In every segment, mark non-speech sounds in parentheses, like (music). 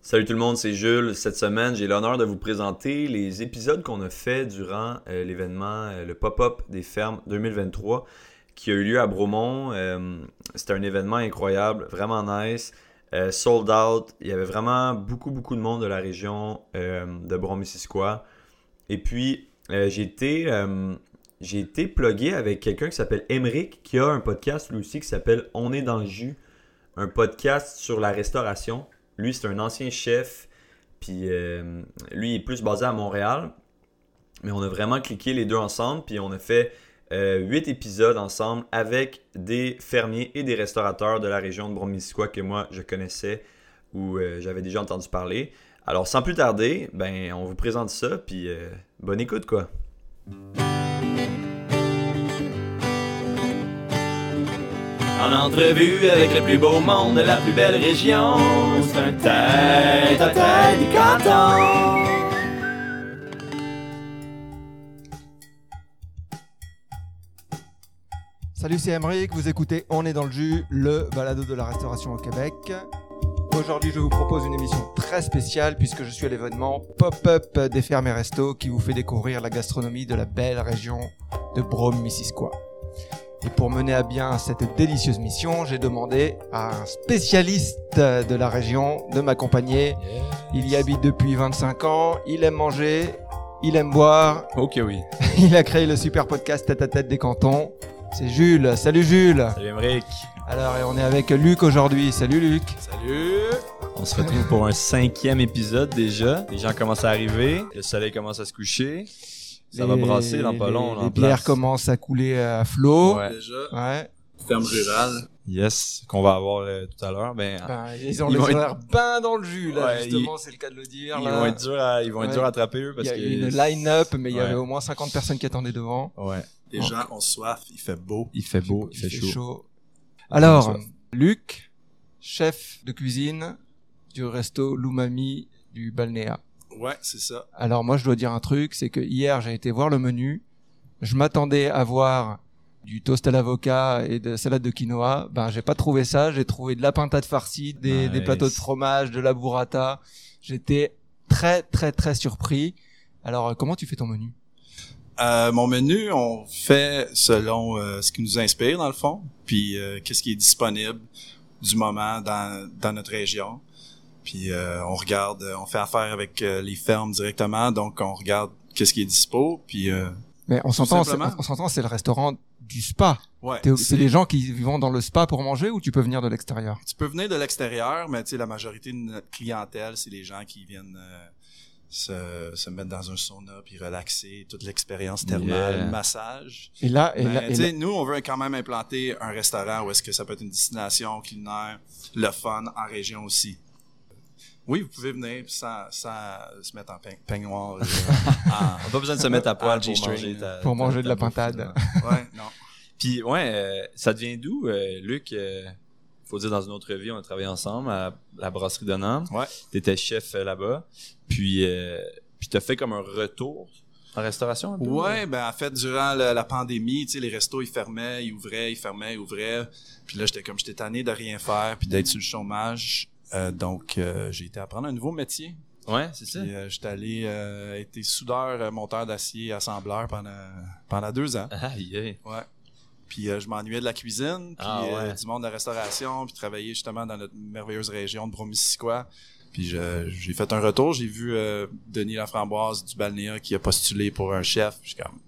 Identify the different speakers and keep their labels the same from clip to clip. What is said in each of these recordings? Speaker 1: Salut tout le monde, c'est Jules. Cette semaine, j'ai l'honneur de vous présenter les épisodes qu'on a fait durant euh, l'événement, euh, le pop-up des fermes 2023 qui a eu lieu à Bromont. Euh, C'était un événement incroyable, vraiment nice. euh, sold out. Il y avait vraiment beaucoup, beaucoup de monde de la région euh, de Bromont-Missisquoi. Et puis, euh, j'ai été, euh, j'ai été plugué avec quelqu'un qui s'appelle Emeric, qui a un podcast lui aussi qui s'appelle On est dans le jus, un podcast sur la restauration. Lui, c'est un ancien chef, puis euh, lui, il est plus basé à Montréal. Mais on a vraiment cliqué les deux ensemble, puis on a fait euh, huit épisodes ensemble avec des fermiers et des restaurateurs de la région de Bromisquois que moi, je connaissais ou euh, j'avais déjà entendu parler. Alors, sans plus tarder, ben, on vous présente ça, puis euh, bonne écoute, quoi.
Speaker 2: En entrevue avec le plus beau monde de la plus belle région, c'est un tête à tête du canton.
Speaker 3: Salut, c'est Emeric, vous écoutez On est dans le jus, le balado de la restauration au Québec. Aujourd'hui, je vous propose une émission très spéciale puisque je suis à l'événement Pop-up des fermes et restos qui vous fait découvrir la gastronomie de la belle région de Brome-Missisquoi. Et pour mener à bien cette délicieuse mission, j'ai demandé à un spécialiste de la région de m'accompagner. Il y habite depuis 25 ans, il aime manger, il aime boire,
Speaker 2: Ok oui.
Speaker 3: (laughs) il a créé le super podcast Tête à Tête des Cantons. C'est Jules. Salut Jules.
Speaker 1: Salut, Emric.
Speaker 3: Alors, et on est avec Luc aujourd'hui. Salut Luc.
Speaker 2: Salut.
Speaker 1: On se retrouve pour un cinquième épisode déjà. Les gens commencent à arriver, le soleil commence à se coucher. Ça va
Speaker 3: Les-
Speaker 1: brasser dans pas long. on est
Speaker 3: les-
Speaker 1: en
Speaker 3: Les bières
Speaker 1: place.
Speaker 3: commencent à couler à flot.
Speaker 1: Ouais.
Speaker 2: Déjà.
Speaker 3: Ouais.
Speaker 2: Ferme rurale.
Speaker 1: Yes, qu'on va avoir euh, tout à l'heure. Ben,
Speaker 3: Ben, ils ont
Speaker 1: Ils
Speaker 3: les
Speaker 1: vont être-
Speaker 3: horaires bien dans le jus, là,
Speaker 1: Ouais,
Speaker 3: justement, c'est le cas de le dire.
Speaker 1: ils
Speaker 3: là.
Speaker 1: vont être durs à, ils vont être
Speaker 3: Ah. Ouais.
Speaker 1: durs à attraper eux
Speaker 3: Il
Speaker 1: parce
Speaker 3: y a
Speaker 1: que.
Speaker 3: eu une line-up, mais il y
Speaker 1: Ouais.
Speaker 3: avait au moins 50 personnes qui attendaient devant.
Speaker 1: Ouais.
Speaker 4: Les gens ont soif, il fait beau.
Speaker 1: Il fait beau, il fait, Oh, chaud.
Speaker 3: Alors, Luc, chef de cuisine du resto Lumami du Balnéa.
Speaker 4: Ouais, c'est ça.
Speaker 3: Alors moi, je dois dire un truc, c'est que hier, j'ai été voir le menu. Je m'attendais à voir du toast à l'avocat et de salade de quinoa. Ben, j'ai pas trouvé ça. J'ai trouvé de la pintade farcie, des, des
Speaker 1: Nice.
Speaker 3: plateaux de fromage, de la burrata. J'étais très, très, très surpris. Alors, euh, comment tu fais ton menu
Speaker 4: Euh, mon menu, on fait selon euh, ce qui nous inspire dans le fond, puis euh, qu'est-ce qui est disponible du moment dans, dans notre région. Puis euh, on regarde, euh, on fait affaire avec euh, les fermes directement, donc on regarde qu'est-ce qui est dispo, puis euh,
Speaker 3: Mais on s'entend, c'est-
Speaker 4: simplement.
Speaker 3: on s'entend, c'est le restaurant du spa.
Speaker 4: ouais.
Speaker 3: T'es-
Speaker 4: c'est-
Speaker 3: C'est les gens qui vont dans le spa pour manger ou tu peux venir de l'extérieur
Speaker 4: Tu peux venir de l'extérieur, mais tu sais la majorité de notre clientèle, c'est les gens qui viennent euh, se, se mettre dans un sauna puis relaxer, toute l'expérience thermale,
Speaker 1: Yeah.
Speaker 4: massage.
Speaker 3: Et là, et
Speaker 4: Ben,
Speaker 3: là, et
Speaker 4: tu
Speaker 3: là-
Speaker 4: sais, nous, on veut quand même implanter un restaurant où est-ce que ça peut être une destination culinaire, le fun en région aussi. Oui, vous pouvez venir sans, sans se mettre en peign-
Speaker 3: (laughs)
Speaker 4: peignoir. et, euh,
Speaker 1: Ah, on a pas besoin de se mettre à poil
Speaker 4: Ah,
Speaker 1: pour
Speaker 4: G-string,
Speaker 1: manger, ta-
Speaker 3: Pour
Speaker 1: ta-
Speaker 3: manger
Speaker 1: ta
Speaker 3: de la
Speaker 1: bouffe,
Speaker 3: pintade.
Speaker 1: finalement.
Speaker 4: ouais, non.
Speaker 1: Puis ouais, euh, ça devient d'où, euh, Luc euh, Faut dire dans une autre vie, on a travaillé ensemble à la brasserie de Nantes.
Speaker 4: Ouais.
Speaker 1: T'étais chef euh, là-bas. Puis euh, puis t'as fait comme un retour en restauration. Un peu,
Speaker 4: Ouais, ben en fait, durant la, la pandémie, tu sais, les restos, ils fermaient, ils ouvraient, ils fermaient, ils ouvraient. Puis là, j'étais comme, j'étais tanné de rien faire, puis d'être sur le chômage. Euh, donc, euh, j'ai été apprendre un nouveau métier.
Speaker 1: Ouais, c'est ça.
Speaker 4: Puis euh, j'étais allé, euh, été soudeur, euh, monteur d'acier, assembleur pendant, pendant deux ans.
Speaker 1: Ah yeah.
Speaker 4: Ouais. Puis euh, je m'ennuyais de la cuisine, puis
Speaker 1: Ah,
Speaker 4: euh,
Speaker 1: ouais.
Speaker 4: du monde de la restauration, puis travailler justement dans notre merveilleuse région de Bromissisquoi. Puis je- j'ai fait un retour, j'ai vu euh, Denis Laframboise du Balnéa qui a postulé pour un chef. Puis je suis comme,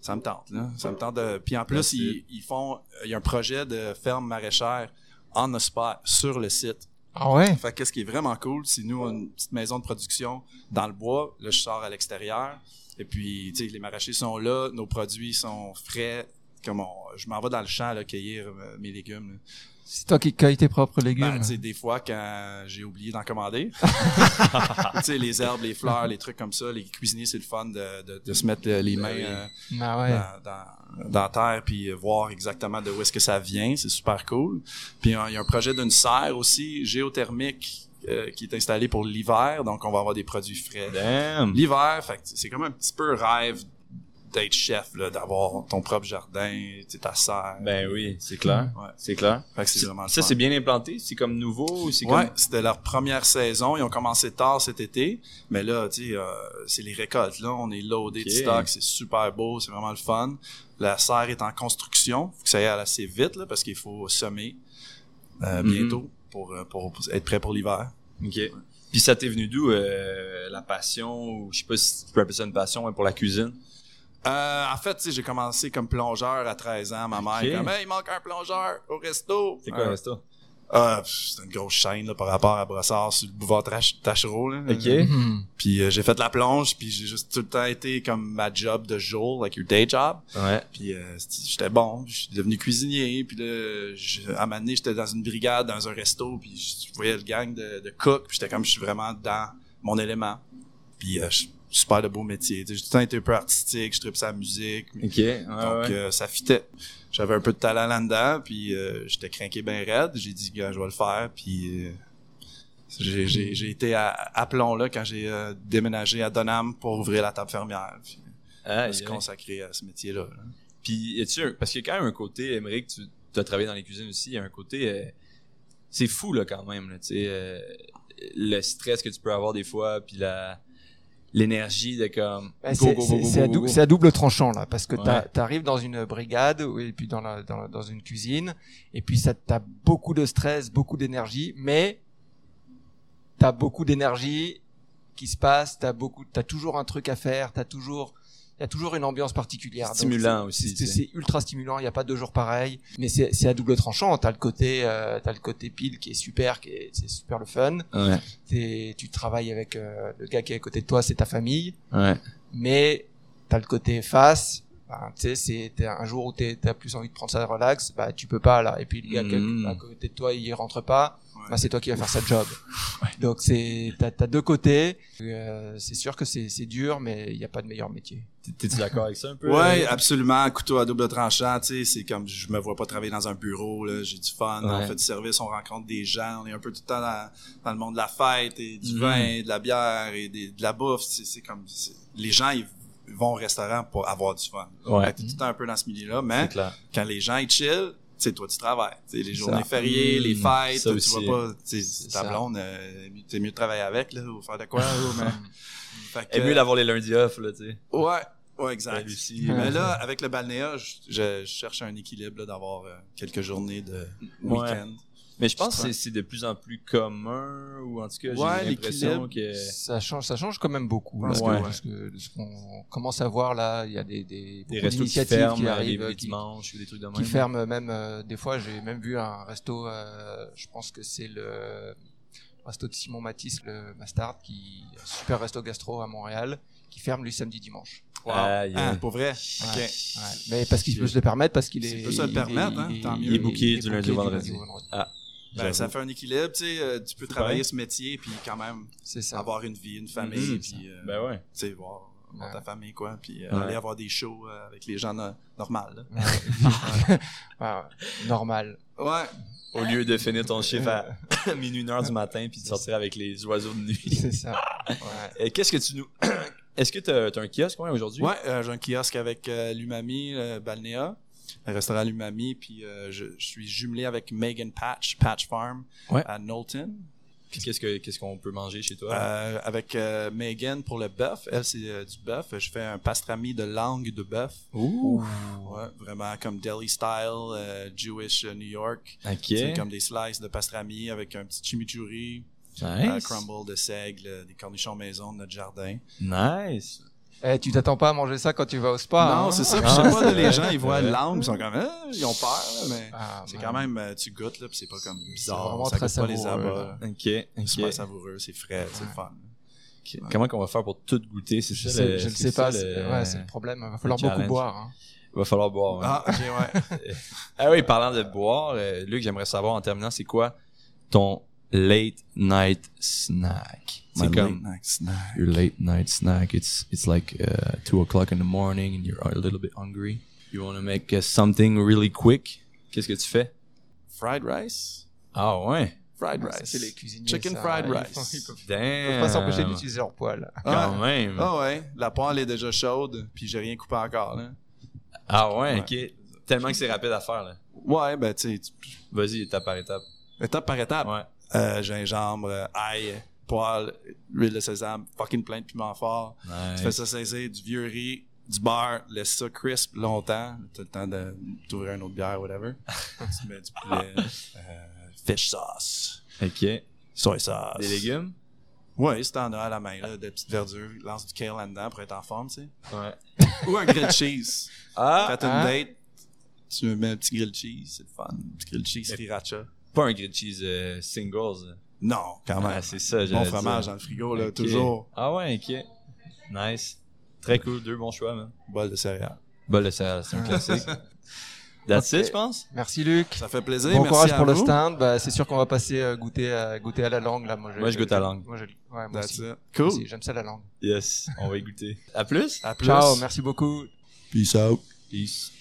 Speaker 4: ça me tente, là. Ça me tente de... Puis en
Speaker 1: Bien
Speaker 4: plus,
Speaker 1: sûr.
Speaker 4: ils, ils font... Il y a un projet de ferme maraîchère on the spot, sur le site.
Speaker 3: Ah ouais
Speaker 4: Fait que qu'est-ce qui est vraiment cool, c'est nous, on a une petite maison de production dans le bois. Là, je sors à l'extérieur. Et puis, tu sais, les maraîchers sont là, nos produits sont frais. Comme on- je m'en vais dans le champ, là, cueillir euh, mes légumes. là.
Speaker 3: C'est toi qui cueilles tes propres
Speaker 4: Ben,
Speaker 3: légumes. hein.
Speaker 4: tu sais, des fois, quand j'ai oublié d'en commander, tu sais, les herbes, les fleurs, les trucs comme ça, les cuisiniers, c'est le fun de, de- de se mettre euh, les
Speaker 1: Ben
Speaker 4: mains
Speaker 1: oui.
Speaker 4: euh,
Speaker 3: ah ouais.
Speaker 4: dans, dans, dans la terre puis euh, voir exactement de où est-ce que ça vient. C'est super cool. Puis euh, il y a un projet d'une serre aussi géothermique euh, qui est installée pour
Speaker 1: Ben,
Speaker 4: l'hiver. Donc, on va avoir des produits frais
Speaker 1: Damn.
Speaker 4: l'hiver. Fait que c'est comme un petit peu rêve d'être chef, là, d'avoir ton propre jardin, tu sais, ta serre.
Speaker 2: Ben oui, c'est clair.
Speaker 4: Ouais.
Speaker 2: C'est clair.
Speaker 4: Fait que c'est
Speaker 2: C'est-
Speaker 4: vraiment le
Speaker 2: Ça,
Speaker 4: fun.
Speaker 2: c'est bien implanté? C'est comme nouveau? ou C'est
Speaker 4: Ouais,
Speaker 2: comme...
Speaker 4: c'était leur première saison. Ils ont commencé tard cet été. Mais là, tu sais, euh, c'est les récoltes. Là, on est loadé
Speaker 2: Ok.
Speaker 4: de stock. C'est super beau. C'est vraiment le fun. La serre est en construction. faut que ça aille assez vite, là, parce qu'il faut semer euh,
Speaker 2: Mhm.
Speaker 4: bientôt pour, euh, pour être prêt pour l'hiver.
Speaker 1: Mm.
Speaker 2: OK. Puis ça t'est venu d'où, euh, la passion, ou je sais pas si tu peux appeler ça une passion, mais pour la cuisine?
Speaker 4: Euh, en fait, tu sais, j'ai commencé comme plongeur à 13 ans. Ma mère,
Speaker 2: Ok.
Speaker 4: comme, Hey, il manque un plongeur au resto.
Speaker 2: C'est quoi
Speaker 4: Euh,
Speaker 2: le resto?
Speaker 4: ah, pff, c'est une grosse chaîne là, par rapport à Brossard sur le boulevard Trach- Tachereau. Là.
Speaker 2: OK.
Speaker 3: Mhm.
Speaker 4: Puis euh, j'ai fait la plonge, puis j'ai juste tout le temps été comme ma job de jour, like your day job.
Speaker 2: Ouais.
Speaker 4: Puis euh, c'était- j'étais bon, puis je suis devenu cuisinier. Puis là, je- à un moment donné, j'étais dans une brigade, dans un resto, puis je- je voyais le gang de, de cooks, puis j'étais comme, je suis vraiment dans mon élément. Puis euh, je- super de beau métier. J'ai tout le temps été un peu artistique, je tripe sa musique.
Speaker 2: OK. Ouais,
Speaker 4: Donc,
Speaker 2: ouais.
Speaker 4: euh, ça fitait. J'avais un peu de talent là-dedans, puis euh, j'étais craqué bien raide. J'ai dit, gars, je vais le faire, puis euh, j'ai- j'ai j'ai été à, à plomb là quand j'ai euh, déménagé à Donham pour ouvrir la table fermière. Puis,
Speaker 2: Ah,
Speaker 4: je me suis
Speaker 2: yeah.
Speaker 4: consacré à ce métier-là. là.
Speaker 2: Puis, y a parce qu'il y a quand même un côté, Émeric, tu, tu as travaillé dans les cuisines aussi, il y a un côté, euh, c'est fou là quand même, là, tu sais, euh, le stress que tu peux avoir des fois, puis la l'énergie de comme
Speaker 3: Ben,
Speaker 2: go,
Speaker 3: c'est-
Speaker 2: go, go,
Speaker 3: c'est
Speaker 2: go,
Speaker 3: c'est à,
Speaker 2: go,
Speaker 3: dou-
Speaker 2: go.
Speaker 3: c'est à double tranchant là, parce que
Speaker 2: Ouais.
Speaker 3: tu t'arrives dans une brigade ou- et puis dans, la, dans, la- dans une cuisine, et puis ça t'as beaucoup de stress, beaucoup d'énergie, mais t'as beaucoup d'énergie qui se passe, t'as beaucoup, t'as toujours un truc à faire, t'as toujours, y a toujours une ambiance particulière. Donc,
Speaker 2: Stimulant
Speaker 3: c'est-
Speaker 2: aussi,
Speaker 3: c'est-
Speaker 2: tu sais.
Speaker 3: C'est ultra stimulant, il y a pas deux jours pareils, mais c'est c'est à double tranchant. T'as le côté, euh, t'as le côté pile qui est super, qui est c'est super le fun.
Speaker 2: Ouais,
Speaker 3: T'es- Tu travailles avec euh, le gars qui est à côté de toi, c'est ta famille
Speaker 2: ouais.
Speaker 3: mais t'as le côté face ben, tu sais c'est t'es un jour où t'es- t'as plus envie de prendre ça relax bah tu peux pas là et puis le gars
Speaker 2: Mhm.
Speaker 3: qui- à côté de toi il rentre pas
Speaker 4: Ouais.
Speaker 3: bah, c'est toi qui vas faire sa
Speaker 2: (laughs)
Speaker 3: job donc c'est t'as as deux côtés Euh, c'est sûr que c'est c'est dur mais il n'y a pas de meilleur métier
Speaker 2: T'es- T'es-tu d'accord avec ça un peu?
Speaker 4: Ouais,
Speaker 2: euh?
Speaker 4: absolument. Couteau à double tranchant, tu sais, c'est comme je me vois pas travailler dans un bureau, là. J'ai du fun,
Speaker 2: Ouais.
Speaker 4: on fait du service, on rencontre des gens, on est un peu tout le temps dans, dans le monde de la fête et du
Speaker 2: Mhm.
Speaker 4: vin, de la bière et des- de la bouffe. C'est c'est comme c'est- les gens ils vont au restaurant pour avoir du fun.
Speaker 2: Ouais.
Speaker 4: Fait que t'es tout le temps un peu dans ce milieu-là, mais
Speaker 2: C'est clair.
Speaker 4: quand les gens ils chill, tu sais, toi tu travailles. Tu sais, les
Speaker 3: Ça.
Speaker 4: journées fériées, les
Speaker 2: Mhm.
Speaker 4: fêtes,
Speaker 2: Ça
Speaker 4: tu
Speaker 2: aussi.
Speaker 4: vois pas, tu sais, ta
Speaker 3: ça.
Speaker 4: blonde, euh, t'es mieux de travailler avec là, ou faire de quoi, ou, mais. Fait que-
Speaker 2: Et
Speaker 3: Euh,
Speaker 2: mieux d'avoir les lundis off, là, tu sais.
Speaker 4: Ouais, ouais, exact.
Speaker 2: Ben, Lucie,
Speaker 4: Mais
Speaker 2: (laughs)
Speaker 4: là, avec le balnéage, je, je cherche un équilibre là, d'avoir euh, quelques journées de
Speaker 2: Ouais.
Speaker 4: week-end.
Speaker 2: Mais je pense que c'est- c'est de plus en plus commun, ou en tout cas,
Speaker 4: Ouais,
Speaker 2: j'ai l'impression
Speaker 4: l'équilibre.
Speaker 2: que...
Speaker 3: ça change ça change quand même beaucoup là,
Speaker 4: Ouais.
Speaker 3: parce que-
Speaker 2: Ouais.
Speaker 3: parce que ce qu'on commence à voir là il y a des des,
Speaker 2: Des
Speaker 3: beaucoup
Speaker 2: restos qui
Speaker 3: d'initiatives
Speaker 2: ferment
Speaker 3: qui
Speaker 2: euh, les,
Speaker 3: arrivent
Speaker 2: les
Speaker 3: qui-
Speaker 2: dimanches ou des trucs de même.
Speaker 3: qui ferme même euh, des fois j'ai même vu un resto euh, je pense que c'est le resto de Simon Matisse le Mastard qui un super resto gastro à Montréal qui ferme lui samedi dimanche
Speaker 4: Wow.
Speaker 2: Ah, yeah.
Speaker 4: Hein, pour vrai.
Speaker 3: Ouais,
Speaker 4: Ok.
Speaker 3: ouais. mais parce qu'il peut se le permettre parce qu'il est
Speaker 4: S'il peut se le permettre, hein, tant mieux.
Speaker 2: Il est booké du lundi au
Speaker 3: booké
Speaker 2: vendredi.
Speaker 4: Ben, ça fait un équilibre, tu sais, euh, tu peux
Speaker 2: C'est
Speaker 4: travailler
Speaker 2: pareil.
Speaker 4: ce métier puis quand même
Speaker 3: c'est ça
Speaker 4: avoir une vie, une famille,
Speaker 2: Mhm.
Speaker 4: puis euh,
Speaker 2: Ben ouais.
Speaker 4: tu sais, voir, voir
Speaker 3: Ouais.
Speaker 4: ta famille quoi, puis euh,
Speaker 2: Ouais.
Speaker 4: aller avoir des shows euh, avec les gens no- normaux. là.
Speaker 3: (laughs) Ouais. Ouais, normal
Speaker 4: Ouais.
Speaker 2: Au lieu de finir ton chiffre à (laughs) minuit, une heure du matin, puis de sortir avec les oiseaux de nuit.
Speaker 3: c'est ça ouais.
Speaker 2: Euh, Qu'est-ce que tu nous. (clears throat) Est-ce que t'as as un kiosque ouais, aujourd'hui?
Speaker 4: Ouais, euh, j'ai un kiosque avec euh, l'Umami euh, Balnéa, le restaurant l'Umami, puis euh, je, je suis jumelé avec Megan Patch, Patch Farm,
Speaker 2: Ouais.
Speaker 4: à Knowlton.
Speaker 2: Puis qu'est-ce que- qu'est-ce qu'on peut manger chez toi?
Speaker 4: Euh, avec euh, Megan pour le bœuf. Elle, c'est euh, du bœuf. Je fais un pastrami de langue de bœuf.
Speaker 2: Ouh!
Speaker 4: Ouais, vraiment comme deli style, euh, Jewish euh, New York.
Speaker 2: Ok.
Speaker 4: C'est comme des slices de pastrami avec un petit chimichurri, un
Speaker 2: Nice.
Speaker 4: euh, crumble de seigle, euh, des cornichons maison de notre jardin.
Speaker 2: nice.
Speaker 3: Eh, tu t'attends pas à manger ça quand tu vas au spa
Speaker 4: non,
Speaker 3: hein
Speaker 4: c'est ça.
Speaker 2: Ah,
Speaker 4: Puis je sais pas,
Speaker 2: c'est
Speaker 4: là, les
Speaker 2: vrai.
Speaker 4: gens, ils voient
Speaker 2: C'est vrai.
Speaker 4: langue, ils sont comme, Ah, ils ont peur, là, mais
Speaker 3: Ah,
Speaker 4: c'est
Speaker 3: ouais.
Speaker 4: quand même, euh, tu goûtes, là, puis c'est pas comme
Speaker 3: vraiment
Speaker 4: bizarre. Ça
Speaker 3: très
Speaker 4: goûte pas les
Speaker 3: savoureux,
Speaker 4: abats.
Speaker 3: là.
Speaker 4: là.
Speaker 2: Ok. ok.
Speaker 4: Euh, C'est super savoureux, c'est frais, c'est
Speaker 3: Ouais.
Speaker 4: fun.
Speaker 2: Ok. Comment qu'on va faire pour tout goûter? C'est
Speaker 3: je,
Speaker 2: ça,
Speaker 3: sais,
Speaker 2: le-
Speaker 3: je ne
Speaker 2: c'est
Speaker 3: sais
Speaker 2: ça,
Speaker 3: pas,
Speaker 2: le-
Speaker 3: c'est ouais, c'est le problème. Il va falloir beaucoup
Speaker 2: challenge.
Speaker 3: boire. hein.
Speaker 2: Il va falloir boire. ouais.
Speaker 4: Ah, ok, ouais.
Speaker 2: Ah oui, parlant de boire, euh, Luc, j'aimerais savoir en terminant, c'est quoi ton late night snack?
Speaker 4: My
Speaker 2: C'est
Speaker 4: late
Speaker 2: comme
Speaker 4: night snack.
Speaker 2: your late night snack. It's it's like uh, two o'clock in the morning and you're a little bit hungry. You want to make uh, something really quick. Qu'est-ce que tu fais?
Speaker 4: Fried rice?
Speaker 2: Ah ouais.
Speaker 4: fried
Speaker 3: Ah, ça,
Speaker 4: rice.
Speaker 3: c'est les cuisiniers.
Speaker 4: Chicken
Speaker 3: ça.
Speaker 4: fried
Speaker 3: Ils
Speaker 4: rice. euh,
Speaker 3: font- Ils peuvent, ils peuvent
Speaker 2: Damn.
Speaker 3: pas s'empêcher d'utiliser leur
Speaker 4: (laughs)
Speaker 3: poil.
Speaker 2: Quand même.
Speaker 4: Ah ouais, la poêle est déjà chaude, puis j'ai rien coupé encore. Là.
Speaker 2: Ah ouais, ok. Tellement que c'est rapide à faire, là.
Speaker 4: Ouais, ben tu sais, tu-
Speaker 2: Vas-y, étape par étape.
Speaker 4: étape par étape.
Speaker 2: Ouais.
Speaker 4: Euh, gingembre, euh, ail, poêle, huile de sésame, fucking plein de piment fort. Tu fais ça saisir, du vieux riz, du beurre, laisse ça crisp longtemps. T'as le temps de t'ouvrir une autre bière, (laughs) whatever. tu mets du poulet, euh, fish sauce,
Speaker 2: Ok.
Speaker 4: soy sauce.
Speaker 2: Des légumes?
Speaker 4: Ouais, si t'en as à la main, là, des petites verdures, lance du kale là-dedans pour être en forme, tu sais.
Speaker 2: Ouais.
Speaker 4: (laughs) Ou un grilled cheese.
Speaker 2: Ah!
Speaker 4: Quand t'as
Speaker 3: hein?
Speaker 4: une date, tu mets un petit grilled cheese, c'est le fun. Un petit grilled cheese sriracha.
Speaker 2: Pas un grilled cheese euh, singles. là.
Speaker 4: Non, quand même.
Speaker 2: Ah, c'est ça,
Speaker 4: bon
Speaker 2: j'allais
Speaker 4: fromage
Speaker 2: dire.
Speaker 4: dans le frigo, là,
Speaker 2: Ok.
Speaker 4: toujours.
Speaker 2: Ah ouais, ok. Nice. Très cool, deux bons choix, man. Bah,
Speaker 4: Bol de céréales.
Speaker 2: Bol de céréales, c'est un classique. That's
Speaker 3: Ok.
Speaker 2: it, je pense?
Speaker 3: (laughs) Merci Luc.
Speaker 4: Ça fait plaisir,
Speaker 3: Bon
Speaker 4: merci
Speaker 3: courage
Speaker 4: à
Speaker 3: pour le
Speaker 4: vous.
Speaker 3: stand. Bah, c'est sûr qu'on va passer euh, goûter, à, goûter à la langue. Là. Moi,
Speaker 2: Moi, je goûte à la langue.
Speaker 3: Moi, je- ouais, moi
Speaker 4: That's
Speaker 3: aussi.
Speaker 4: it.
Speaker 3: Moi
Speaker 4: Cool.
Speaker 3: aussi, J'aime ça la langue.
Speaker 2: Yes, on va y goûter. À plus!
Speaker 4: À plus.
Speaker 3: Ciao, merci beaucoup.
Speaker 4: Peace out.
Speaker 2: Peace.